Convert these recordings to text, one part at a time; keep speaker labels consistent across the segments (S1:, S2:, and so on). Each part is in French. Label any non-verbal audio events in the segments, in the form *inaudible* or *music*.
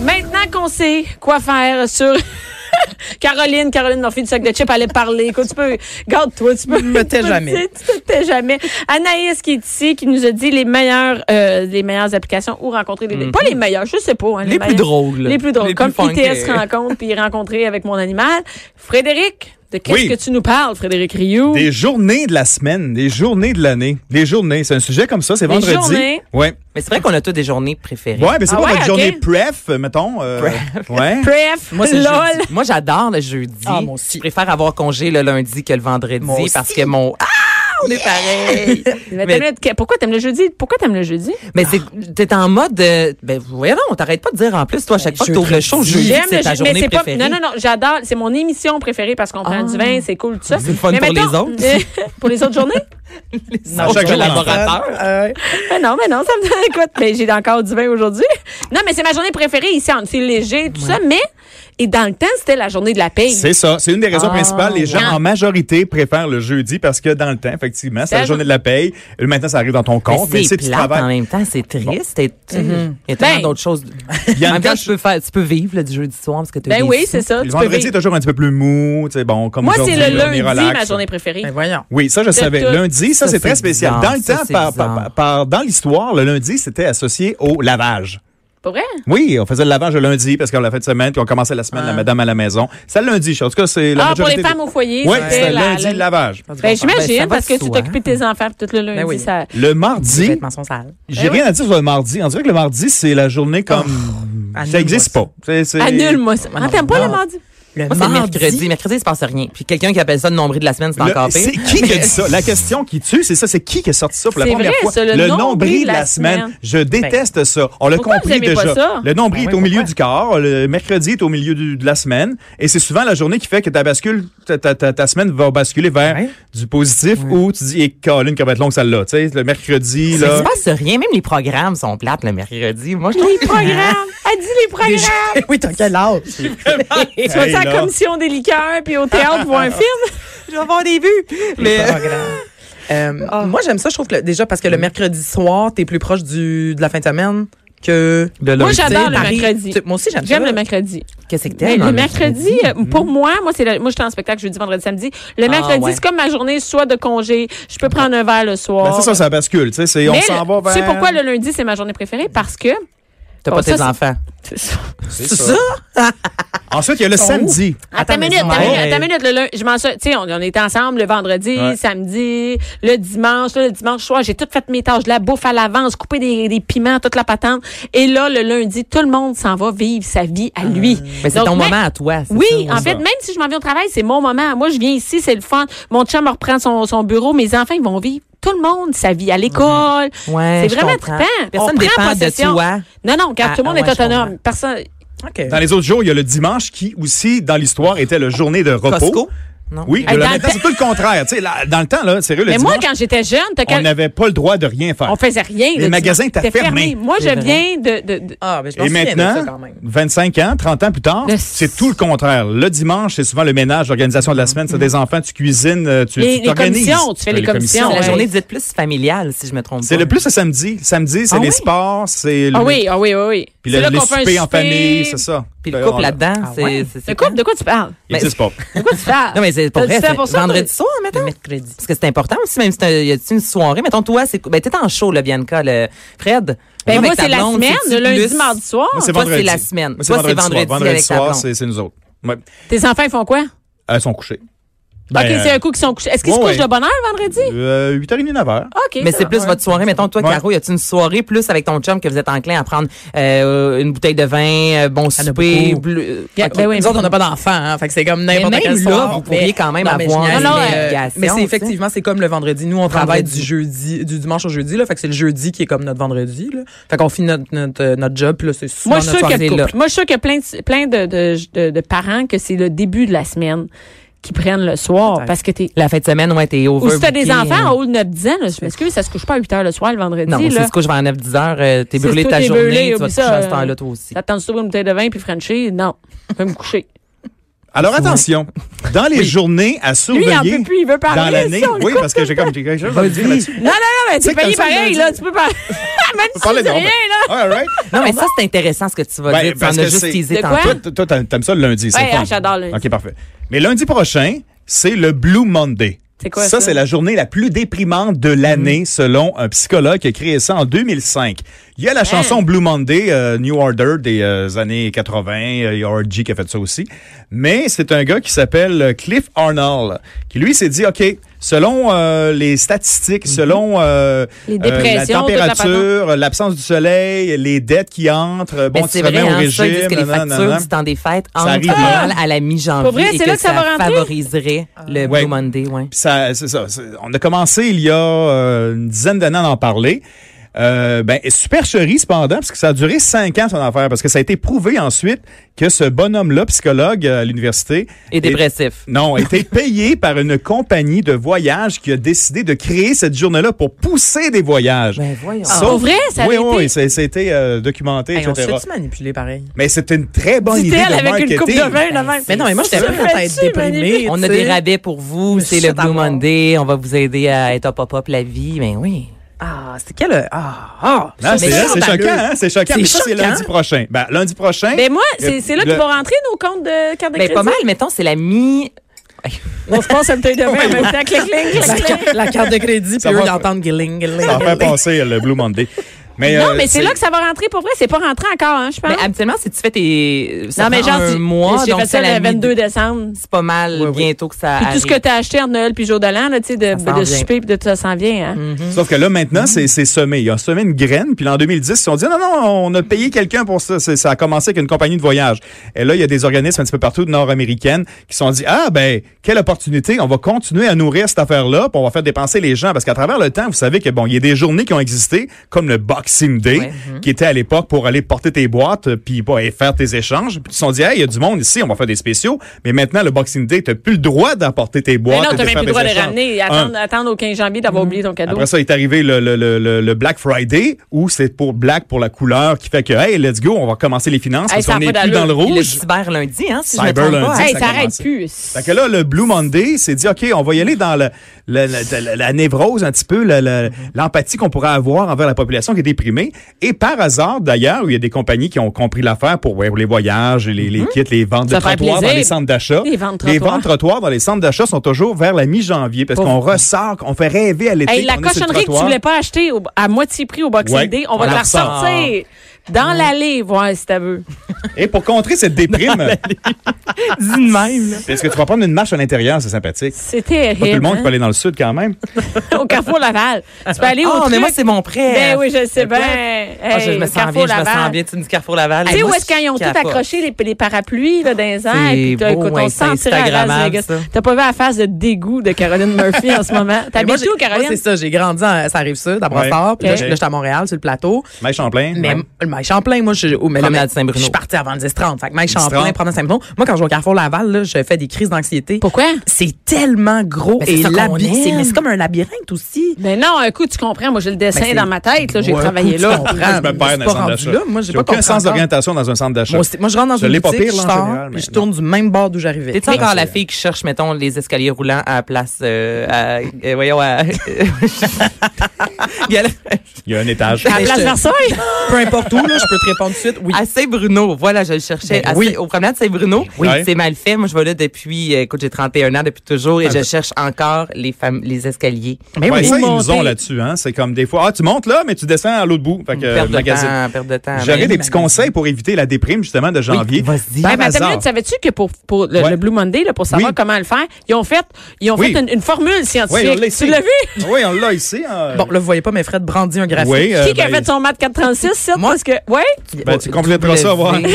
S1: Maintenant qu'on sait quoi faire sur *laughs* Caroline, Caroline Murphy du sac de chips allait parler. Écoute, tu peux, garde-toi, tu
S2: *laughs*
S1: peux.
S2: Me tais
S1: tu peux-
S2: jamais.
S1: Tu te tais jamais. Anaïs qui est ici, qui nous a dit les meilleures, euh, les meilleures applications où rencontrer les, pas les meilleures, je sais pas, hein,
S2: Mhm. Les plus
S1: meilleures.
S2: drôles.
S1: Les plus drôles.
S2: Les
S1: comme
S2: plus funky.
S1: ITS rencontre puis rencontrer avec mon animal. Frédéric, de qu'est-ce
S3: Oui.
S1: que tu nous parles, Frédéric Rioux?
S3: Des journées de la semaine, des journées de l'année, des journées. C'est un sujet comme ça, c'est
S1: Des
S3: vendredi.
S1: journées.
S3: Ouais.
S2: Mais c'est vrai qu'on a tous des journées préférées.
S3: Ouais, mais c'est
S1: Ah
S3: pas
S1: ouais,
S3: votre
S1: ok.
S3: journée pref, mettons. euh, *laughs* ouais.
S1: Pref,
S2: Moi, c'est le
S1: lol.
S2: jeudi. Moi, j'adore le jeudi. Ah, moi aussi.
S4: Je
S2: Je préfère avoir congé le lundi que le vendredi
S4: Moi aussi.
S2: parce que mon ah, on est pareil.
S1: Mais t'aimes le- pourquoi t'aimes le jeudi? Pourquoi t'aimes le jeudi?
S2: mais c'est t'es en mode euh, ben voyons, on t'arrête pas de dire en plus toi à chaque fois que t'ouvres le show Ben, jeudi,
S1: J'aime le
S2: c'est ta
S1: jeudi, mais
S2: journée
S1: c'est pas.
S2: préférée.
S1: Non, non, non, j'adore. C'est mon émission préférée parce qu'on prend du vin, c'est cool, tout ça.
S2: C'est le fun
S1: mais
S2: pour les
S1: mettons- euh,
S2: autres.
S1: pour les autres journées?
S2: non, je
S3: chaque
S2: suis
S3: jour,
S2: laborateur.
S1: Mais Ben non, mais non, ça me *laughs* donne. Écoute, mais j'ai encore du vin aujourd'hui. Non, mais c'est ma journée préférée ici. en- C'est léger, tout ça. Mais, et dans le temps, c'était la journée de la paye.
S3: C'est ça. C'est une des raisons
S2: Ah,
S3: principales. Les gens,
S1: ouais.
S3: en majorité, préfèrent le jeudi parce que dans le temps, effectivement, c'est la
S1: C'est-
S3: journée de la paye. Et Maintenant, ça arrive dans ton compte. Mais,
S2: Mais
S3: tu sais,
S2: Ben, c'est
S3: tu
S2: plate en
S3: travailles.
S1: hein.
S2: même temps, c'est triste. et- tu sais, Il y a tellement
S1: Ben,
S2: d'autres choses.
S3: y
S2: en
S3: a une
S2: même temps,
S3: cache-
S2: tu peux, faire, tu peux vivre là, du jeudi soir parce que tu
S1: Ben oui, c'est ça.
S3: Le
S1: tu peux
S3: vendredi est
S1: vivre.
S3: toujours un petit peu plus mou. tu sais, Bon, comme
S1: Moi, c'est
S3: aujourd'hui,
S1: le
S3: là, on est
S1: lundi,
S3: relax.
S1: ma journée préférée.
S4: Ben voyons.
S3: Oui, ça, je savais.
S1: tout.
S3: Lundi, ça,
S2: Ça,
S3: c'est très
S2: c'est
S3: spécial.
S2: bizarre.
S3: Dans le
S2: Ça,
S3: temps,
S2: c'est
S3: par, par-
S2: bizarre.
S3: par- dans l'histoire, le lundi, c'était associé au lavage.
S1: Pour vrai?
S3: Oui, on faisait le lavage le lundi parce qu'on l'a fait de semaine, puis on commençait la semaine, la madame à la maison. C'est le lundi, en tout cas, c'est la
S1: Ah, pour
S3: majorité
S1: les
S3: des-
S1: femmes au foyer,
S3: Oui,
S1: c'était
S3: c'était
S1: la.
S3: lundi,
S1: la-
S3: le lavage.
S1: Ben, j'imagine, parce que tu t'occupais
S2: t'occupes
S1: de tes enfants puis tout le lundi,
S2: Ben oui.
S1: ça.
S3: Le
S2: Les
S3: mardi,
S2: vêtements sont sales.
S3: j'ai
S1: Eh oui.
S3: rien à dire sur le mardi. On dirait que le mardi, c'est la journée comme...
S1: Oh,
S3: ça
S4: annule-moi
S3: n'existe
S4: ça.
S3: pas. C'est- c'est-
S1: Annule-moi ça. Ah, t'aimes pas
S2: non.
S1: le mardi?
S4: Le
S2: Moi, c'est
S4: mardi.
S2: mercredi. Mercredi, il se passe rien. Puis quelqu'un qui appelle ça le nombril de la semaine, c'est
S3: Le-
S2: encore pire.
S3: C'est qui qui a
S2: *laughs*
S3: dit ça? La question qui tue, c'est ça. C'est qui qui a sorti ça pour la
S1: C'est
S3: première
S1: vrai,
S3: fois?
S1: ça, le nombril de la semaine. Ben.
S3: Je déteste ça. On l'a
S1: Pourquoi vous
S3: compris
S1: aimez pas
S3: déjà.
S1: ça?
S3: Le nombril
S2: Ben
S3: est au
S2: oui,
S3: milieu du corps. Le mercredi est au milieu du- de la semaine. Et c'est souvent la journée qui fait que ta bascule, ta, ta- ta- ta semaine va basculer vers
S2: Ouais.
S3: du positif ou tu dis, et Colin, qu'elle va être longue celle-là. Tu sais, le mercredi,
S2: Il se
S3: là.
S2: passe rien. Même les programmes sont plates le mercredi. Moi, je trouve
S1: Les
S2: *laughs*
S1: programmes! Elle dit les programmes!
S4: oui, t'as quel âge?
S1: Tu vas
S3: Hey,
S1: à la
S3: là.
S1: commission des liqueurs puis au théâtre voir
S3: *laughs*
S1: un film?
S2: je vais avoir des vues. Mais
S4: Pas grave. Euh,
S1: Ah.
S4: Moi, j'aime ça, je trouve que le- déjà parce que
S3: Mm.
S4: le mercredi soir, t'es plus proche du, de la fin de semaine que
S2: de
S1: Moi,
S2: lundi,
S1: j'adore le
S2: Paris.
S1: mercredi.
S4: Tu- moi aussi, j'aime
S1: J'aime
S4: ça.
S1: le mercredi.
S2: Qu'est-ce que c'est que
S1: Mais
S2: t'aimes?
S1: le
S2: hein,
S1: mercredi, euh, pour
S3: Mm.
S1: moi, moi, c'est la- moi, j'étais en spectacle jeudi, vendredi, samedi. Le
S3: Ah,
S1: mercredi,
S2: ouais.
S1: c'est comme ma journée soit de congé. Je peux prendre un verre le
S3: Ben,
S1: soir.
S3: c'est ça, ça bascule. Tu sais, c'est- on
S1: Mais
S3: s'en va vers.
S1: Tu sais pourquoi le lundi, c'est ma journée préférée? Parce que.
S2: T'as
S1: Bon,
S2: pas tes
S1: Oh, ça,
S2: enfants.
S1: c'est ça.
S3: C'est ça. Ensuite, il y a le samedi.
S1: Attends une minute,
S2: mais-
S1: attends une minute,
S2: Ouais.
S1: attends une minute, le lundi, je m'en souviens, tu sais, on, on était ensemble le vendredi,
S3: Ouais.
S1: samedi, le dimanche, là, le dimanche soir, j'ai tout fait mes tâches, de la bouffe à l'avance, couper des, des piments, toute la patente. Et là, le lundi, tout le monde s'en va vivre sa vie à lui.
S2: Hum. Mais c'est
S1: Donc,
S2: ton
S1: mais-
S2: moment à toi. c'est
S1: Oui,
S2: ça.
S1: en fait, même si je m'en viens au travail, c'est mon moment. Moi, je viens ici, c'est le fun. Mon chum me reprend son, son bureau, mes enfants, ils vont vivre tout le monde sa vie à l'école.
S2: Ouais,
S1: c'est
S2: je
S1: vraiment
S2: comprends.
S1: trippant.
S2: Personne
S1: On prend
S2: dépend de
S1: possession.
S2: toi.
S1: Non, non, car
S2: Ah,
S1: tout le monde
S2: ah ouais,
S1: est
S2: je
S1: autonome.
S2: comprends.
S1: Personne.
S4: OK.
S3: Dans les autres jours, il y a le dimanche qui aussi, dans l'histoire, était la journée de repos.
S2: Costco? Non.
S3: Oui,
S1: Hey,
S3: mais
S1: dans
S3: en même temps,
S1: le-
S3: c'est tout le contraire. Tu sais, là, dans le temps, là, sérieux, le
S1: Mais moi,
S3: dimanche,
S1: quand j'étais jeune, t'as
S3: on
S1: quel-
S3: n'avait pas le droit de rien faire.
S1: on faisait rien.
S3: Les
S1: le
S3: magasins
S1: dimanche.
S3: étaient
S1: C'était
S3: fermés.
S1: Moi, je
S2: C'est vrai.
S1: viens de. de- de-
S4: Ah, ben, je
S3: Et
S4: m'en souviens de ça
S3: maintenant,
S4: quand même.
S3: 25 ans, 30 ans plus tard,
S1: Le-
S3: c'est tout le contraire. Le dimanche, c'est souvent le ménage, l'organisation de la semaine, c'est des enfants, tu cuisines, euh, tu
S1: Mm. Les- les
S3: tu t'organises.
S1: commissions, tu fais les commissions,
S2: C'est la
S1: Ouais.
S2: journée dite plus familiale, si je me trompe
S3: C'est
S2: pas.
S3: le plus le samedi. Samedi, c'est
S2: Ah
S3: les
S2: oui?
S3: sports, c'est le,
S1: Ah oui, ah oui, ah oui.
S3: puis
S1: C'est
S3: le,
S1: là
S3: les
S1: qu'on fait un
S3: soupers en
S1: souper.
S3: famille, c'est ça.
S2: Puis le couple
S3: On-
S2: là-dedans,
S4: Ah
S2: c'est.
S4: ouais?
S2: c'est-
S1: Le
S2: c'est
S1: couple,
S2: quand?
S1: de quoi tu parles?
S3: Il n'existe
S1: *laughs*
S3: pas.
S1: De
S3: *laughs*
S1: quoi tu parles?
S2: Non, mais c'est pas
S1: T'as
S2: vrai.
S1: du temps
S2: c'est
S1: pour ça,
S2: vendredi
S1: toi?
S2: soir, mettons.
S4: Le mercredi.
S2: Parce que c'est important aussi, même si t'as- y a une soirée, mettons, toi, c'est. Ben, t'es en show, là, Bianca, le Fred.
S1: Ben,
S2: Avec
S1: moi,
S2: ta
S1: c'est la
S2: blonde,
S1: semaine,
S2: c'est-tu
S1: le lundi,
S2: plus-
S1: mardi soir.
S3: Moi,
S2: Toi, c'est la semaine.
S3: Moi,
S2: Toi, c'est vendredi
S3: soir. Vendredi
S2: avec ta
S3: soir,
S2: blonde.
S3: c'est c'est nous autres. Ouais.
S1: Tes enfants, ils font quoi?
S3: Elles Euh, sont couchées.
S1: OK,
S3: Ben,
S1: c'est
S3: euh,
S1: un coup qui sont couchés. Est-ce qu'ils
S3: ouais,
S1: se couchent
S3: ouais.
S1: de bonne heure vendredi?
S3: Euh, 8h30, 9h.
S1: OK.
S2: Mais
S1: ça
S2: c'est
S1: va.
S2: plus votre soirée. Mettons, toi,
S3: Ouais.
S2: Caro, y a-tu une soirée plus avec ton chum que vous êtes enclin à prendre euh, une bouteille de vin, euh, bon
S4: en a
S2: souper,
S4: beaucoup.
S2: bleu- euh,
S1: Yeah,
S2: ok.
S1: ben oui.
S4: Nous autres, on n'a pas d'enfants, hein, fait que c'est comme n'importe
S2: Mais même
S4: quel
S2: là,
S4: soir.
S2: vous pourriez quand même
S4: mais
S2: avoir
S4: je
S1: une
S4: niaise, mais, euh,
S2: obligation,
S4: Mais
S2: tu
S4: c'est
S2: sais.
S4: effectivement, c'est comme le vendredi. Nous, on travaille
S2: Vendredi.
S4: du jeudi, du dimanche au jeudi, là, fait que c'est le jeudi qui est comme notre vendredi, là. Fait qu'on finit notre, notre, euh, notre job, puis là, c'est souvent
S1: Moi, je suis
S4: notre
S1: sûre qu'il y a
S4: soirée,
S1: de
S4: là.
S1: couple. Moi, je suis sûre qu'il y a plein de, plein de, de, de- de parents que c'est le début de la semaine qui prennent le soir
S4: Peut-être.
S1: parce que t'es.
S2: La fin de semaine, ouais, t'es over.
S1: Ou si t'as des
S2: booké.
S1: enfants en haut de 9-10 ans, là, je m'excuse, ça se couche pas à 8 heures le soir le vendredi.
S2: hein. Non, mais
S1: là.
S2: si tu te couches vers 9-10 heures, euh, t'es
S1: C'est
S2: brûlé de
S1: toi,
S2: ta
S1: t'es
S2: journée,
S1: brûlé,
S2: tu vas
S1: oublie
S2: te coucher
S1: ça,
S2: à cette
S1: euh,
S2: heure-là, toi aussi.
S1: T'attends toujours une bouteille de vin puis Frenchie? Non. Je vais me coucher.
S3: Alors attention, dans les journées à
S1: *laughs* Lui, il en
S3: surveiller
S1: peut plus, il veut parler.
S3: dans l'année,
S1: si on le
S3: oui,
S1: coupe.
S3: parce que j'ai comme j'ai quelque chose à vous dire là-dessus.
S1: Non, non, non, mais
S3: Tu sais,
S1: t'es payé
S3: comme ça,
S1: pareil,
S3: on
S1: là. Tu peux parler. Même si
S3: parler
S1: tu dis
S3: de-
S1: rien, là.
S3: All right.
S2: Non, mais ça, c'est intéressant ce que tu vas
S3: Ben,
S2: dire. Tu
S3: parce
S2: en as
S3: que
S2: juste
S3: c'est-
S2: teasé
S1: De
S2: tantôt.
S1: quoi?
S3: Toi, toi, t'aimes ça le lundi, c'est
S1: Ouais,
S3: fun.
S1: ah, j'adore le lundi.
S3: OK, parfait. Mais lundi prochain, c'est le Blue Monday.
S1: C'est quoi ça? Mm.
S3: c'est la journée la plus déprimante de l'année, selon un psychologue qui a créé ça en 2005. Il y a la chanson Blue Monday, euh, New Order des euh, années 80. euh, Il y a R.G. qui a fait ça aussi. Mais c'est un gars qui s'appelle euh, Cliff Arnold, qui lui s'est dit, OK, selon euh, les statistiques, selon euh,
S1: Mm-hmm. Les
S3: euh, la
S1: dépressions, toute la
S3: température, l'absence du soleil, les dettes qui entrent, euh, bon,
S2: Mais
S3: tu
S2: c'est
S3: te
S2: vrai,
S3: remets au
S2: hein,
S3: régime.
S2: ça, ils disent que les
S3: nanana.
S2: factures du temps des fêtes entrent
S3: arrive,
S2: pas
S3: hein.
S2: mal à la mi-janvier.
S1: Pour vrai,
S2: et
S1: c'est là que ça va rentrer?
S2: favoriserait le
S3: Ouais.
S2: Blue Monday, ouais.
S3: Puis ça, c'est ça. c'est- On a commencé il y a euh, une dizaine d'années à en parler. Euh, ben, supercherie cependant, parce que ça a duré cinq ans son affaire, parce que ça a été prouvé ensuite que ce bonhomme-là, psychologue euh, à l'université,
S2: Et dépressif.
S3: non, a été payé par une compagnie de voyage qui a décidé de créer cette journée-là pour pousser des voyages.
S2: Ben voyons.
S1: Ah, pour vrai? Ça
S3: oui,
S1: avait
S3: oui,
S1: été-
S3: oui, ça, ça a été euh, documenté,
S4: Hey, on se
S3: etc.
S4: fait-tu manipuler pareil?
S3: Mais c'est une très bonne idée
S1: Dit-elle
S3: de
S1: avec
S3: marketing.
S1: une coupe de vin, là, même.
S4: Mais non, mais moi, j'étais
S1: Ça
S4: prête à être
S1: fait-tu,
S4: déprimée.
S2: On a
S4: tu sais.
S2: des rabais pour vous,
S4: Mais
S2: c'est
S4: je
S2: le
S4: sais
S2: Blue
S4: pas.
S2: Monday, on va vous aider à être hop hop hop la vie, mais oui.
S4: Ah, c'est quel. euh, Ah, ah.
S3: Non,
S4: ça,
S3: c'est,
S4: mais
S3: c'est
S4: scandaleux.
S3: choquant, hein? C'est choquant.
S4: C'est
S3: Mais ça, c'est
S4: choquant.
S3: lundi prochain. Ben, lundi prochain.
S1: Mais moi, c'est c'est là
S3: Le-
S1: qu'ils vont rentrer nos comptes de carte de
S2: Ben
S1: crédit.
S2: pas mal, mettons, c'est la mi...
S1: On se passe un bouteille de vin en même temps. Clic, clic, clic,
S4: La,
S1: clic.
S4: ca- la carte de crédit,
S3: Ça
S4: puis eux,
S3: va-
S4: ils entendent guiling, guiling.
S3: Ça va faire
S4: guiling.
S3: passer le Blue Monday. Mais,
S1: Non,
S3: euh,
S1: mais c'est là que ça va rentrer pour vrai. C'est pas rentré encore, hein, je pense.
S2: Mais ben, habituellement, si tu fais tes... Ça
S1: non, mais
S2: prend
S1: genre,
S2: un
S1: si-
S2: mois,
S1: j'ai
S2: donc
S1: fait ça
S2: c'est la
S1: le
S2: mi-
S1: 22 décembre.
S2: C'est pas mal
S4: Oui, oui.
S2: bientôt que ça
S1: Puis tout ce que
S2: arrive.
S1: t'as acheté en Noël puis jour de l'an, là, tu sais, de,
S2: Ça s'en
S1: de
S2: vient.
S1: souper puis de tout ça s'en vient, hein.
S3: Sauf que là, maintenant, c'est c'est semé. Ils ont semé une graine, puis là, en 2010, ils se sont dit, non, non, on a payé quelqu'un pour ça. C'est- Ça a commencé avec une compagnie de voyage. Et là, il y a des organismes un petit peu partout nord-américaines qui se sont dit, ah, ben, quelle opportunité. On va continuer à nourrir cette affaire-là, puis on va faire dépenser les gens. Parce qu'à travers le temps, vous savez que, bon, il y a des journées qui ont existé, comme le Boxing Day,
S2: Ouais.
S1: Mhm.
S3: qui était à l'époque pour aller porter tes boîtes, euh, puis bah, et faire tes échanges. Puis ils se sont dit, hey, il y a du monde ici, on va faire des spéciaux. Mais maintenant, le Boxing Day, t'as plus le droit d'apporter tes boîtes.
S1: Mais non,
S3: et de
S1: t'as même
S3: faire
S1: plus le
S3: des
S1: droit de les
S3: échanges.
S1: ramener et
S3: Un.
S1: attendre, attendre au 15 janvier d'avoir oublié ton cadeau.
S3: Après ça, est arrivé le, le, le, le- le Black Friday où c'est pour black pour la couleur qui fait que hey, let's go, on va commencer les finances
S1: Hey,
S3: parce
S1: ça
S3: qu'on
S1: a
S3: n'est
S1: pas
S3: plus dans le
S1: d'allure.
S2: Le
S3: rouge.
S2: cyber lundi, hein, si je me
S3: Cyber
S2: trompe pas.
S3: lundi.
S1: hey,
S3: ça
S1: ça,
S3: commence.
S1: arrête plus.
S3: Fait que là, le Blue Monday s'est dit, OK, on va y aller dans la, la, la- la- la névrose un petit peu, la- la- l'empathie qu'on pourrait avoir envers la population qui est déprimée. Et par hasard, d'ailleurs, où il y a des compagnies qui ont compris l'affaire pour, ouais, pour les voyages, et les, les kits, les ventes
S1: Mm-hmm. Ça
S3: de
S1: fait
S3: trottoirs dans
S1: plaisir.
S3: les centres d'achat.
S1: Les ventes
S3: Les
S1: trottoirs.
S3: ventes trottoirs dans les centres d'achat sont toujours vers la mi-janvier parce
S1: Pauvre.
S3: qu'on ressort, qu'on fait rêver à l'été.
S1: Hey, la
S3: qu'on est sur le
S1: cochonnerie que tu
S3: trottoir.
S1: voulais pas acheter au- à moitié prix au Boxing
S3: Ouais,
S1: Day, on
S3: on
S1: va te
S3: la
S1: la
S3: ressort.
S1: ressortir dans l'allée, voir si t'as veux.
S3: Et pour contrer cette
S4: *laughs*
S3: déprime,
S2: Dis de même, là.
S3: Est-ce que tu vas prendre une marche à l'intérieur, c'est sympathique.
S1: C'était
S3: Pas tout le
S1: terrible.
S3: monde qui peut
S1: hein.
S3: aller dans le sud quand même.
S1: *laughs* Au Carrefour Laval. Tu peux aller au
S2: Oh, mais
S1: truc.
S2: moi, c'est mon prêt.
S1: Ben oui, je le sais bien.
S2: Ah, je
S1: Hey,
S2: me sens bien,
S1: Carrefour
S2: je me sens
S1: Laval.
S2: bien. Tu me dis Carrefour Laval.
S1: Tu sais
S2: Moi,
S1: où est-ce qu'ils ont
S2: je
S1: tout
S2: capote.
S1: accroché les, les parapluis là, dans les airs?
S2: C'est
S1: Puis, là,
S2: beau,
S1: écoute,
S2: ouais,
S1: on
S2: c'est
S1: sentira à Las
S2: instagrammable,
S1: Vegas.
S2: ça.
S1: T'as pas vu la face de dégoût de Caroline Murphy en ce moment?
S4: Mais moi,
S1: T'habites
S4: j'ai-
S1: où,
S4: Moi, c'est
S1: Caroline?
S4: ça. J'ai grandi, en- ça arrive ça, à Brossard. Puis là,
S3: Ok.
S4: je- là, j'étais à Montréal, sur le plateau.
S3: Mike Champlain.
S4: Mais
S3: ouais.
S4: le Mike Champlain, moi, je, oh, mais là,
S2: Promenade
S4: mais-
S2: Saint-Bruno.
S4: je suis partie avant le 10-30. Fait que Mike
S3: 10-30.
S4: Champlain, promenade Saint-Bruno. Moi, quand je vais au Carrefour Laval, là, je fais des crises d'anxiété.
S1: Pourquoi?
S4: C'est tellement gros
S2: Mais c'est
S4: et
S2: ça qu'on aime.
S4: labyrinthe. C'est- Mais c'est comme un labyrinthe aussi.
S1: Ben non, un coup, tu comprends. Moi, j'ai le dessin
S4: Ben, c'est-
S1: dans ma tête. là. J'ai
S4: Ouais,
S1: travaillé
S4: tu
S1: là.
S4: comprends.
S3: Moi, je me
S4: mais
S3: perds
S4: c'est
S3: dans
S4: pas
S3: un centre
S4: rendu
S3: d'achat.
S4: là. Moi, j'ai
S3: J'ai
S4: pas
S3: aucun
S4: compris
S3: sens
S4: encore.
S3: d'orientation dans un centre d'achat.
S4: Moi, aussi- moi, je rentre dans
S3: Je
S4: une
S3: l'ai pas
S4: boutique,
S3: pire, là,
S4: je
S3: en
S4: sors,
S3: général,
S4: puis je
S3: mais
S4: tourne du même bord d'où j'arrivais.
S2: T'es-tu encore
S3: c'est
S2: la *laughs*
S3: vrai.
S2: fille qui cherche, mettons, les escaliers roulants à place, euh, à, euh, voyons, à, *laughs* Il y a la-
S3: Il y a un étage.
S1: À
S4: Mais
S1: Place
S4: je-
S1: Versailles?
S4: Ah,
S1: Ben,
S4: Peu importe où, là, je peux te répondre tout de suite. Oui.
S2: *laughs* à Saint-Bruno, Voilà, je le cherchais
S4: Ben
S2: assez-
S4: oui.
S2: au promenade Saint-Bruno.
S3: oui.
S2: C'est mal fait. Moi, je vais là depuis, euh, écoute, j'ai 31 ans depuis toujours et
S3: Ah,
S2: je
S3: ben-
S2: cherche encore les, fam- les escaliers.
S4: Mais
S3: Ouais,
S4: oui.
S3: ça, ils
S1: Monter.
S3: nous ont là-dessus. Hein? C'est comme des fois, ah, tu montes là, mais tu descends à l'autre bout. Fait que, euh,
S2: perte de
S3: magasin-
S2: temps, perte de
S4: Ah,
S2: temps.
S3: J'aurais
S2: Ben,
S3: des petits conseils pour éviter la déprime, justement, de janvier.
S2: vas-y.
S3: Par
S1: Ben, mais attends une
S3: hasard.
S1: minute, savais-tu que pour, pour le,
S3: Ouais.
S1: le Blue Monday, là, pour savoir
S3: Oui.
S1: comment le faire, ils ont fait, ils ont
S3: Oui.
S1: fait une, une formule scientifique.
S3: Oui, on l'a ici.
S1: tu l'as vu?
S3: Oui, on l'a ici. hein.
S4: Bon, là, vous voyez pas, mais Fred brandit un graphique.
S3: oui, euh,
S1: qui qui a
S3: ben,
S1: fait son maths 436, ça?
S4: Moi.
S1: Parce que, ouais?
S3: ben, tu compléteras ça, voir.
S2: W.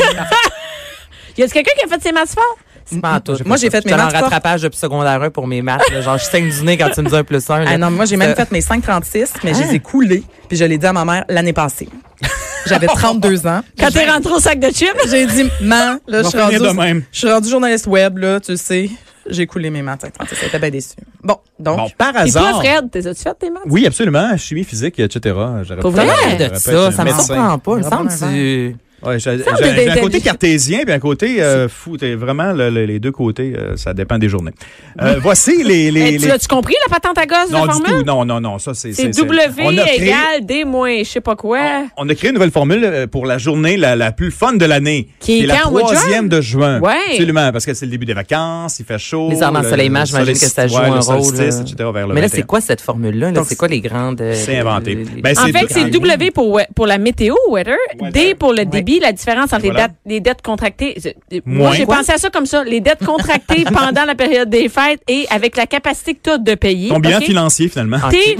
S1: Y a quelqu'un qui a fait ses maths forts?
S2: Pas en tout,
S4: Moi, j'ai fait mes
S2: J'étais en
S4: maths fortes.
S2: rattrapage depuis secondaire 1 pour mes maths. là. Genre, je saigne du nez quand tu me dis un plus un. là.
S4: Ah non, mais moi, j'ai même
S2: Ça-
S4: fait mes 5,36, mais je les ai coulés, puis je l'ai dit à ma mère l'année passée. J'avais 32 *laughs* ans.
S1: Quand
S3: Ben,
S1: t'es rentré au sac de chips?
S4: J'ai dit, man, là, je suis
S3: On va
S4: rendue
S3: finir de
S4: au-
S3: même.
S4: je suis rendue journaliste web, là, tu sais. J'ai coulé mes maths 5,36. J'étais bien déçue. Bon, donc.
S3: Bon, par
S1: Et toi,
S3: hasard.
S1: Fred, t'es as-tu fait tes maths?
S3: Oui, absolument. Chimie, physique, etc. J'aurais
S1: Pour
S3: pas-
S1: vrai?
S3: j'aurais
S2: de
S3: pas
S2: ça,
S3: été
S2: ça me
S3: médecin.
S2: surprend pas. Il me semble
S4: Vraiment,
S2: que tu...
S3: Ouais, j'ai j'ai-
S1: me
S3: j'ai
S1: fait
S3: un côté
S1: d'être-
S3: cartésien puis un côté euh, fou. T'es Vraiment, le- le- les deux côtés, euh, ça dépend des journées. Euh, voici les... les,
S1: *laughs* Eh, tu
S3: les-
S1: l'as-tu compris, la patente à gosse,
S3: Non,
S1: la
S3: du
S1: formule?
S3: tout. Non, non, non. Ça, c'est...
S1: C'est
S3: on a
S1: W
S3: créé- Ah.
S1: égale D moins, je sais pas quoi.
S3: On a créé une nouvelle formule euh, pour la journée la, la plus fun de l'année.
S1: Qui est
S3: la
S1: quand, au mois de
S3: troisième de juin.
S1: Ouais.
S3: Absolument, parce que c'est le début des vacances, il fait chaud.
S2: Les armes
S3: le-
S2: ensoleillement,
S3: le
S2: j'imagine que ça
S3: solstice-
S2: joue
S3: ouais,
S2: un
S3: le
S2: rôle.
S3: solstice,
S2: euh,
S3: etc., vers le
S2: Mais là,
S3: 21.
S2: c'est quoi cette formule-là? là?
S4: Donc,
S2: C'est quoi les grandes. euh,
S3: c'est inventé.
S2: les-
S3: Ben,
S1: En
S3: c'est
S1: fait,
S3: deux-
S1: c'est W pour, we- pour la météo, weather,
S3: Weather.
S1: D pour le débit, la différence entre les,
S3: Voilà.
S1: dates, les dettes contractées. Je- euh, Moi,
S3: Moins
S1: j'ai
S3: quoi?
S1: pensé à ça comme ça. Les dettes
S3: *laughs*
S1: contractées pendant la période des fêtes et avec la capacité que tu as de payer.
S3: Ton bilan
S1: OK? Ah.
S3: financier, finalement.
S1: T,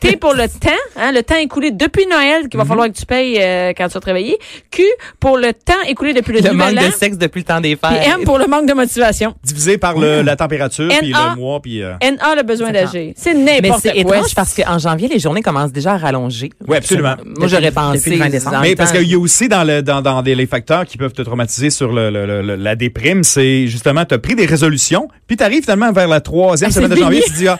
S1: T pour le temps, hein, le temps écoulé depuis Noël
S3: Mm-hmm.
S1: qu'il va falloir que tu payes euh, quand tu vas travailler. Q pour le temps écoulé depuis le,
S2: le
S1: nouvel
S2: manque
S1: an.
S2: de sexe depuis le temps des
S1: Puis
S2: fêtes.
S1: M pour le manque de motivation.
S3: Divisé par le- la température, puis
S1: NA.
S3: le mois, puis... euh,
S1: NA, le besoin d'agir. C'est
S2: Mais
S1: n'importe quoi.
S2: c'est étrange parce qu'en janvier, les journées commencent déjà à rallonger.
S3: Oui, absolument.
S2: Moi, j'aurais pensé.
S4: le 20 décembre.
S2: en
S3: Mais
S2: même
S3: parce
S2: temps,
S3: qu'il y a aussi dans, le, dans, dans des- les facteurs qui peuvent te traumatiser sur le, le- le- le- la déprime, c'est justement, tu as pris des résolutions, puis tu arrives finalement vers la troisième
S1: Ah,
S3: semaine de
S1: c'est
S3: janvier, tu te dis, ah,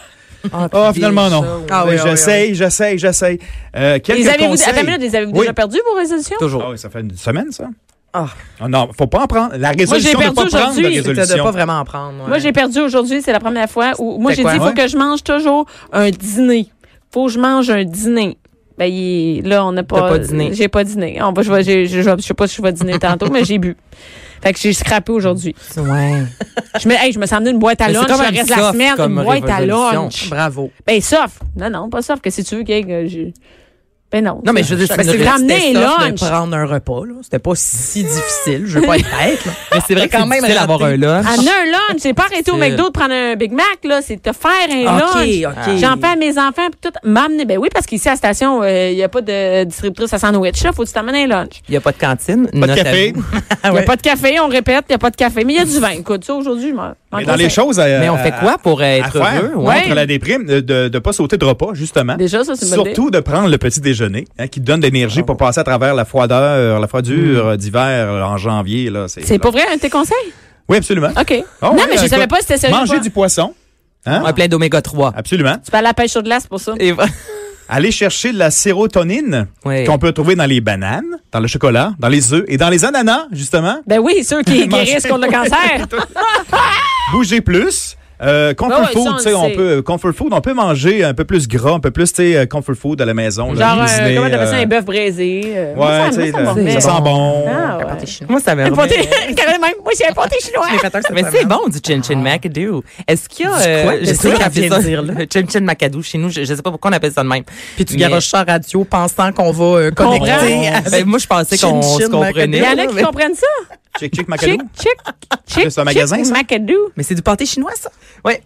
S2: Ah,
S3: ah, finalement non.
S2: ça,
S4: Ah
S3: Mais
S4: oui, ah oui,
S3: j'essaye, j'essaye, j'essaye. Euh, quelques
S1: les avez-vous,
S3: conseils.
S1: attends une minute, les avez-vous
S3: Oui.
S1: déjà perdus, vos résolutions?
S3: Ah
S2: Toujours.
S3: oui, ça fait une semaine, ça.
S4: Ah.
S3: Ah non, faut pas en prendre. La résolution
S1: perdu
S3: de pas prendre de
S1: aujourd'hui.
S4: C'était de
S3: résolution.
S4: pas vraiment en prendre. ouais.
S1: Moi, j'ai perdu aujourd'hui, c'est la première fois où moi
S4: C'était
S1: j'ai dit
S4: quoi?
S1: il faut
S3: Ouais.
S1: que je mange toujours un dîner. Faut que je mange un dîner. Ben il est- là on n'a pas,
S2: pas dîné.
S1: J'ai pas dîné. On va je vais j'ai- je, je sais pas si je vais dîner tantôt mais j'ai bu. Fait que j'ai scrappé aujourd'hui.
S2: Ouais.
S1: Je me hey, je me suis emmené une boîte à
S2: Mais c'est
S1: lunch
S2: quand
S1: le
S2: même
S1: reste de la
S2: soft
S1: semaine,
S2: comme
S1: une boîte à
S2: révolution.
S1: lunch.
S4: Bravo.
S1: Ben sauf. Non non, pas sauf que si tu veux que que je Ben non.
S2: Non, mais je veux dire, c'est
S1: Ben,
S2: une
S1: c'est
S2: réalité.
S1: ramener
S4: C'était
S1: un
S4: soft
S1: lunch.
S4: de prendre un repas, là. C'était pas si difficile. Je veux pas être bête, *laughs* là.
S2: Mais c'est *laughs* vrai que
S4: Quand
S2: c'est
S4: même
S2: difficile
S4: raté.
S2: d'avoir un lunch.
S1: Amener un lunch, c'est pas arrêter au
S2: C'est-
S1: McDo de prendre un Big Mac, là, c'est te faire un
S4: OK,
S1: lunch.
S4: OK.
S1: J'en fais à mes enfants, puis tout, m'amener. Ben oui, parce qu'ici, à la station, il n'y a pas de distributrice à sandwich, là, faut que tu t'amènes un lunch.
S2: Il n'y a pas de cantine.
S3: Pas de café.
S1: Il n'y a pas de café, on répète, il n'y a pas de café, mais il y a du vin. Écoute, ça, aujourd'hui, je m'en m'en
S3: Mais dans les
S1: conseille.
S3: choses à,
S2: Mais on
S3: à-
S2: fait quoi pour
S3: à
S2: être
S3: faire
S2: heureux?
S3: contre
S2: Ouais.
S1: Ouais.
S3: la déprime, de de de pas sauter de repas, justement.
S1: Déjà, ça, c'est une bonne idée. Ah
S3: Surtout de prendre le petit déjeuner, hein, qui te donne de l'énergie pour passer à travers la froideur, la froidure euh, d'hiver euh, en janvier. là.
S1: Hmm. C'est pas vrai, un de tes conseils?
S3: Oui, absolument.
S1: OK.
S3: Ah
S1: non,
S3: oui,
S1: mais je
S3: écoute,
S1: savais pas si c'était sérieux. ou
S3: Manger
S1: pas. Ah.
S3: du poisson. Hein?
S2: Un plein d'oméga 3.
S3: Absolument.
S1: Tu peux aller à la pêche sur glace pour ça.
S2: Et va-
S3: Aller chercher de la sérotonine
S2: Ouais.
S3: qu'on peut trouver dans les bananes, dans le chocolat, dans les œufs et dans les ananas, justement.
S1: Ben oui, ceux qui
S3: Manger-
S1: guérissent contre le cancer.
S3: Bouger plus. Euh, comfort
S1: Ah ouais, ça, on
S3: food,
S1: le
S3: tu sais, on
S1: sait.
S3: peut euh, comfort food, on peut manger un peu plus gras, un peu plus, tu sais, euh, comfort food à la maison. là,
S1: Genre, euh,
S3: cuisiner,
S1: comment t'appelles ça,
S3: euh,
S1: un bœuf braisé? euh, moi,
S3: Ouais,
S1: ça-
S3: tu
S1: moi,
S3: sais,
S1: ça me
S3: là,
S1: remet.
S3: ça sent bon.
S1: Ah, ouais.
S2: Moi, ça m'a
S1: Un pâté- Caroline, même, moi, c'est un pâté chinois.
S4: J'ai fait un cette
S2: Mais c'est
S4: semaine.
S2: bon du Chin Chin Macadoo. Est-ce qu'il y a. euh,
S4: Du quoi?
S2: je sais
S4: C'est ça
S2: qu'on
S4: qu'elle
S2: appelle
S4: vient
S2: ça
S4: de
S2: *laughs*
S4: dire, là.
S2: le Chin Chin Macadoo chez nous. Je, je sais pas pourquoi on appelle ça de même.
S4: Puis tu
S2: Mais-
S4: garoches ça en radio pensant qu'on va euh,
S1: Comprends.
S3: Ah,
S4: connecter. avec-
S2: Ben, moi, je pensais qu'on
S4: Chin
S2: se
S4: Chin
S1: Il
S2: comprenait.
S1: y en
S4: Macadoo.
S1: a qui comprennent ça.
S3: Chick, chick,
S1: Chick,
S3: macadou.
S1: chick, chick.
S3: Ah, C'est un magasin,
S1: chick,
S3: ça?
S1: Macadou.
S4: Mais c'est du pâté chinois, ça?
S2: Ouais.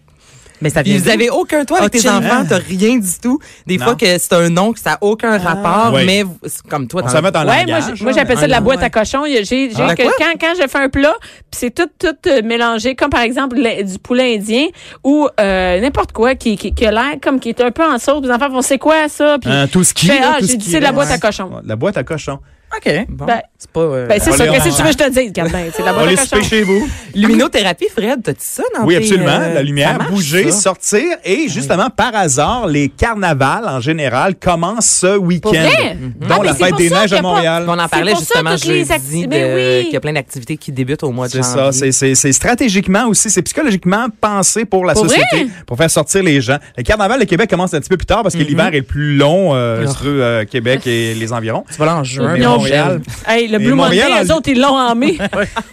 S4: Mais ça vient
S2: Puis vous
S4: d'où?
S2: avez aucun toit avec
S4: Ah,
S2: tes
S4: Chin.
S2: enfants, t'as rien du tout. Des
S3: Non. Ah.
S2: fois que c'est un nom que ça a aucun rapport,
S3: Ouais.
S2: mais vous- c'est comme toi,
S3: On s'en met dans
S1: Ouais, moi,
S3: langage,
S1: j'ai-
S3: là.
S1: moi j'appelle ça de la
S2: Ah,
S1: boîte
S2: ouais.
S1: à cochon. Il y a- J'ai j'ai
S2: Ah,
S1: que
S2: quoi?
S1: quand quand je fais un plat, puis c'est tout tout euh, mélangé comme par exemple le- du poulet indien ou euh, n'importe quoi qui, qui qui a l'air comme qui est un peu en sauce. Les enfants vont c'est quoi ça puis
S3: Hein, tout ce qui
S1: je fais,
S3: là,
S1: ah,
S3: tout ce
S1: j'ai dit
S3: qui
S1: c'est de la
S3: là.
S1: boîte à cochon.
S3: Ouais, La boîte à cochon.
S4: OK.
S2: Bon.
S1: Ben,
S4: C'est pas. euh,
S1: ben, c'est
S3: va
S1: ça.
S3: aller
S1: Qu'est-ce
S3: en-
S1: que tu veux que je te dise, Gabin? C'est de la
S3: On
S1: boîte
S3: va
S1: à
S3: aller souper
S1: cochon. Ah,
S3: chez vous.
S2: Luminothérapie, Fred, t'as-tu ça dans
S3: Oui,
S2: tes,
S3: absolument.
S2: euh,
S3: la lumière,
S2: ça marche,
S3: bouger,
S2: ça?
S3: sortir. Et justement, par hasard, les carnavals en général commencent ce week-end.
S1: vrai?
S3: Dont
S1: Ah, mais
S3: la
S1: c'est
S3: fête
S1: pour
S3: des
S1: ça
S3: neiges
S1: qu'il y
S3: à
S1: a pas-
S3: Montréal.
S2: On en parlait
S1: pour ça,
S2: justement
S1: toutes les acti-
S2: jeudi
S1: Mais
S2: de-
S1: oui.
S2: ben qu'il y a plein d'activités qui débutent au mois de
S3: C'est
S2: janvier.
S3: ça, c'est- c'est c'est stratégiquement aussi, c'est psychologiquement pensé pour la
S1: Pour
S3: société,
S1: vrai?
S3: pour faire sortir les gens. Le carnaval de
S1: Mm-hmm.
S3: Québec commence un petit peu plus tard parce que l'hiver est plus long euh,
S2: Oh.
S3: sur euh, Québec et les environs.
S4: Tu vas là en juin.
S1: Ils ont
S3: Montréal.
S1: Hey, le
S3: Mais
S1: Blue
S3: Montréal,
S1: Monday,
S3: en-
S1: eux autres, ils l'ont en
S3: *laughs*
S1: mai.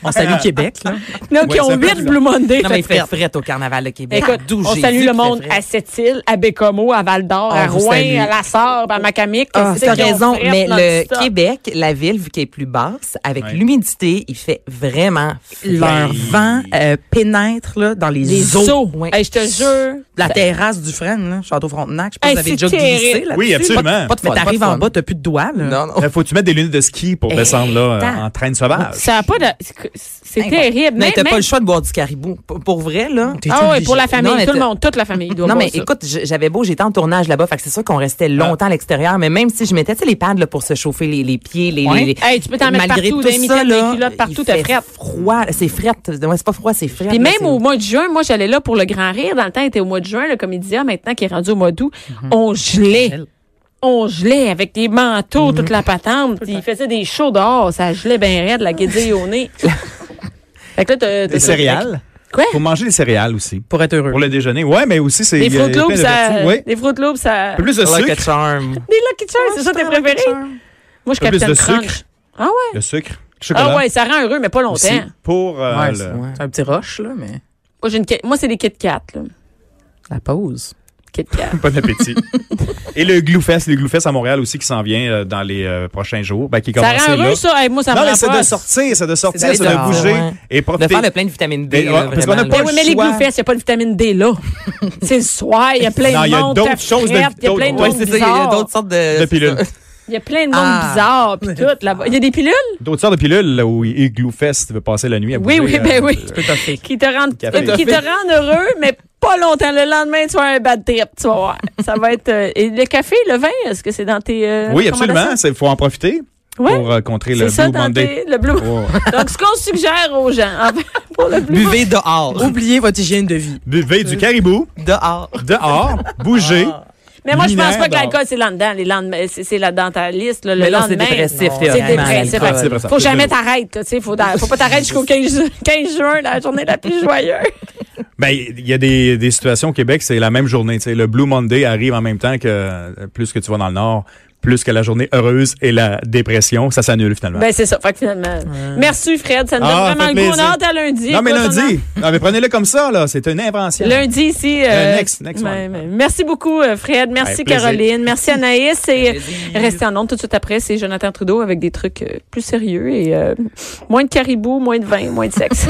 S2: On salue Québec, là.
S1: Non,
S3: Ouais,
S1: qui ont
S3: ça fait
S1: huit
S3: plus
S1: Blue Monday.
S2: Non, Ah. mais il
S1: Fait
S2: fait
S1: que-
S2: fret au carnaval de Québec.
S1: Écoute,
S2: D'où
S1: on
S2: j'ai
S1: salue
S2: dit
S1: le
S2: qu'il
S1: monde
S2: fait
S1: à
S2: fret.
S1: Sept-Îles, à Bécomo, à Val-d'Or, à
S2: On vous
S1: Rouen,
S2: salue.
S1: à La Sarbe, à Macamic.
S2: Ah,
S1: Qu'est-ce
S2: t'as
S1: qu'ils ont
S2: raison,
S1: fait
S2: mais le
S1: non-stop?
S2: Québec, la ville, vu qu'elle est plus basse, avec
S3: Ouais.
S2: l'humidité, il fait vraiment frais.
S4: Leur vent euh, pénètre là, dans les,
S1: Les
S4: eaux.
S1: eaux.
S2: Ouais.
S1: Hey, je te jure.
S4: La terrasse du Frêne, là, Château-Frontenac, je pense
S1: Hey,
S4: que vous avez
S1: c'est
S4: déjà
S1: terrible.
S4: glissé là
S3: Oui, absolument.
S2: Pas de
S4: Mais
S2: fun,
S4: t'arrives
S2: pas de
S4: en
S2: fun.
S4: bas, t'as plus de doigts. Là.
S2: Non, non.
S3: Là, Euh, faut-tu mettre des lunettes de ski pour descendre là euh,
S4: attends.
S3: en train de sauvage?
S1: Ça a pas de... C'est terrible.
S2: Mais
S1: Même-
S2: t'as pas
S1: même-
S2: le choix de boire du caribou. P- Pour vrai, là.
S4: T'es
S1: Ah oui,
S4: obligé.
S1: pour la famille,
S2: Non, mais
S1: tout le
S2: t'as-
S1: monde, toute la famille doit
S2: Non,
S1: boire
S2: mais
S1: ça. Ah.
S2: écoute, je- j'avais beau, j'étais en tournage là-bas, fait que c'est sûr qu'on restait longtemps à l'extérieur, mais même si je mettais, tu sais, les pads, là, pour se chauffer les, les pieds, les,
S4: Ouais.
S2: les-
S1: Hey, tu peux t'en mettre
S2: malgré
S1: partout,
S2: tout
S1: des
S2: ça,
S1: mitaines,
S2: là,
S1: des culottes, partout,
S2: il
S1: t'as
S2: fait
S1: frette.
S2: froid, c'est frette. Ouais, c'est pas froid, c'est frette.
S1: Puis
S2: là,
S1: même
S2: c'est-
S1: au mois de juin, moi j'allais là pour le grand rire. Dans le temps, était au mois de juin, le comédien maintenant qui est rendu au mois d'août, on gelait. On gelait avec des manteaux, toute la patente. Puis il faisait des shows dehors, ça gelait bien raide, la guédille au nez. fait que là, t'as- t'as-
S3: Des céréales?
S1: Quoi?
S3: Faut manger des céréales aussi.
S4: Pour être heureux.
S3: Pour le déjeuner. Ouais, mais aussi, c'est.
S1: Des
S3: il y a
S1: Fruit
S3: plein
S1: Loops,
S3: de
S1: ça.
S3: vertus. Oui.
S1: Des Fruit Loops, ça.
S3: Un peu plus de
S2: Like a
S3: sucre.
S2: charm.
S1: Des Lucky Charms, c'est ça tes préférés? Moi, je
S3: Un peu plus
S1: Captain
S3: de
S1: Crunch.
S3: sucre.
S1: Ah ouais?
S3: Le sucre.
S1: Ah
S3: Chocolat.
S1: ouais, hein. ça rend heureux, mais pas
S3: aussi,
S1: longtemps.
S3: Pour. euh,
S4: Ouais,
S3: le-
S4: c'est ouais. C'est un petit roche, là, mais
S1: Moi, j'ai une Kit- moi, c'est des Kit Kat, là.
S4: la pause.
S1: Kit Kat.
S3: *laughs* Bon appétit. Et le Gloufest, le Gloufest à Montréal aussi qui s'en vient euh, dans les euh, prochains jours. Ben, qui
S1: Ça
S3: commence
S1: rend
S3: là.
S1: heureux, ça. Hey, moi, ça me
S3: non,
S1: rend
S3: mais c'est
S1: pas.
S3: de sortir, c'est de sortir,
S4: d'aller
S3: c'est de
S4: dehors,
S3: bouger
S2: ouais.
S3: et
S2: De
S3: profiter.
S2: faire le plein de vitamine D.
S3: Mais,
S2: là,
S3: ouais, parce qu'on
S2: vraiment,
S3: n'a pas
S2: là.
S1: Ben oui, mais les
S3: choix.
S1: Gloufest, il n'y a pas de vitamine D
S3: *laughs*
S1: là. c'est le soir, il y a plein
S3: Non,
S1: de
S3: il y a
S1: monde.
S3: d'autres
S1: t'as
S3: choses de-
S1: frette, Il y a plein de
S3: d'autres-
S1: monde
S2: Ouais, c'est ça, il y a
S1: bizarre.
S2: d'autres sortes de.
S3: De pilules.
S1: Il y a plein de monde
S4: Ah.
S1: bizarre. Puis tout, là-bas. Il y a des pilules?
S3: D'autres sortes de pilules là, où Gloufest veut passer la nuit à
S1: Oui,
S3: bouger,
S1: oui,
S3: euh,
S1: ben oui.
S4: Tu peux t'offrir.
S1: Qui te rendent,
S3: Café.
S1: qui te rendent heureux, mais pas longtemps. Le lendemain, tu vas avoir un bad trip, tu vas voir. Ça va être. euh, et le café, le vin, est-ce que c'est dans tes. euh,
S3: Oui, absolument. Il faut en profiter
S1: Ouais.
S3: pour euh, contrer le
S1: C'est ça,
S3: Blue
S1: dans
S3: Monday.
S1: tes. Le blue.
S3: Oh.
S1: Donc, ce qu'on suggère aux gens, en fait, pour le blue.
S2: Buvez dehors.
S4: Oubliez votre hygiène de vie.
S3: *laughs* Buvez du caribou
S2: Dehors.
S1: *laughs*
S3: dehors, bougez.
S1: Ah. Mais moi, je pense
S3: Luminaire
S1: pas que
S3: d'or.
S1: l'alcool, c'est là-dedans. Les lendemains, c'est c'est la dentaliste. Là, le
S2: Mais là, c'est
S1: lendemain,
S2: dépressif,
S1: C'est
S2: théoriquement,
S1: dépressif.
S2: l'alcool.
S1: Fait que
S3: C'est dépressif.
S1: Faut jamais t'arrêter. là, tu sais, Faut, da- faut pas t'arrêter jusqu'au 15, ju- *laughs* 15 juin, la journée la plus joyeuse.
S3: Ben, il y a des, des situations au Québec, c'est la même journée. tu sais. Le Blue Monday arrive en même temps que euh, plus que tu vas dans le Nord, plus que la journée heureuse et la dépression, ça s'annule finalement.
S1: Ben, c'est ça. Fait que finalement. Merci, Fred. Ça nous donne
S3: Ah,
S1: vraiment le
S3: fait
S1: goût. On
S3: plaisir.
S1: a hâte à lundi.
S3: non, mais
S1: Écoute, on a-
S3: lundi, non, mais prenez-le comme ça, là. C'est une invention.
S1: Lundi ici.
S3: Euh, next- next
S1: ouais,
S3: one.
S1: ouais. Merci beaucoup, euh, Fred. Merci,
S3: Ouais, plaisir.
S1: Caroline. Merci, Anaïs. Et euh, restez en ondes tout de suite après. C'est Jonathan Trudeau avec des trucs euh, plus sérieux et euh, moins de caribou, moins de vin, moins de sexe.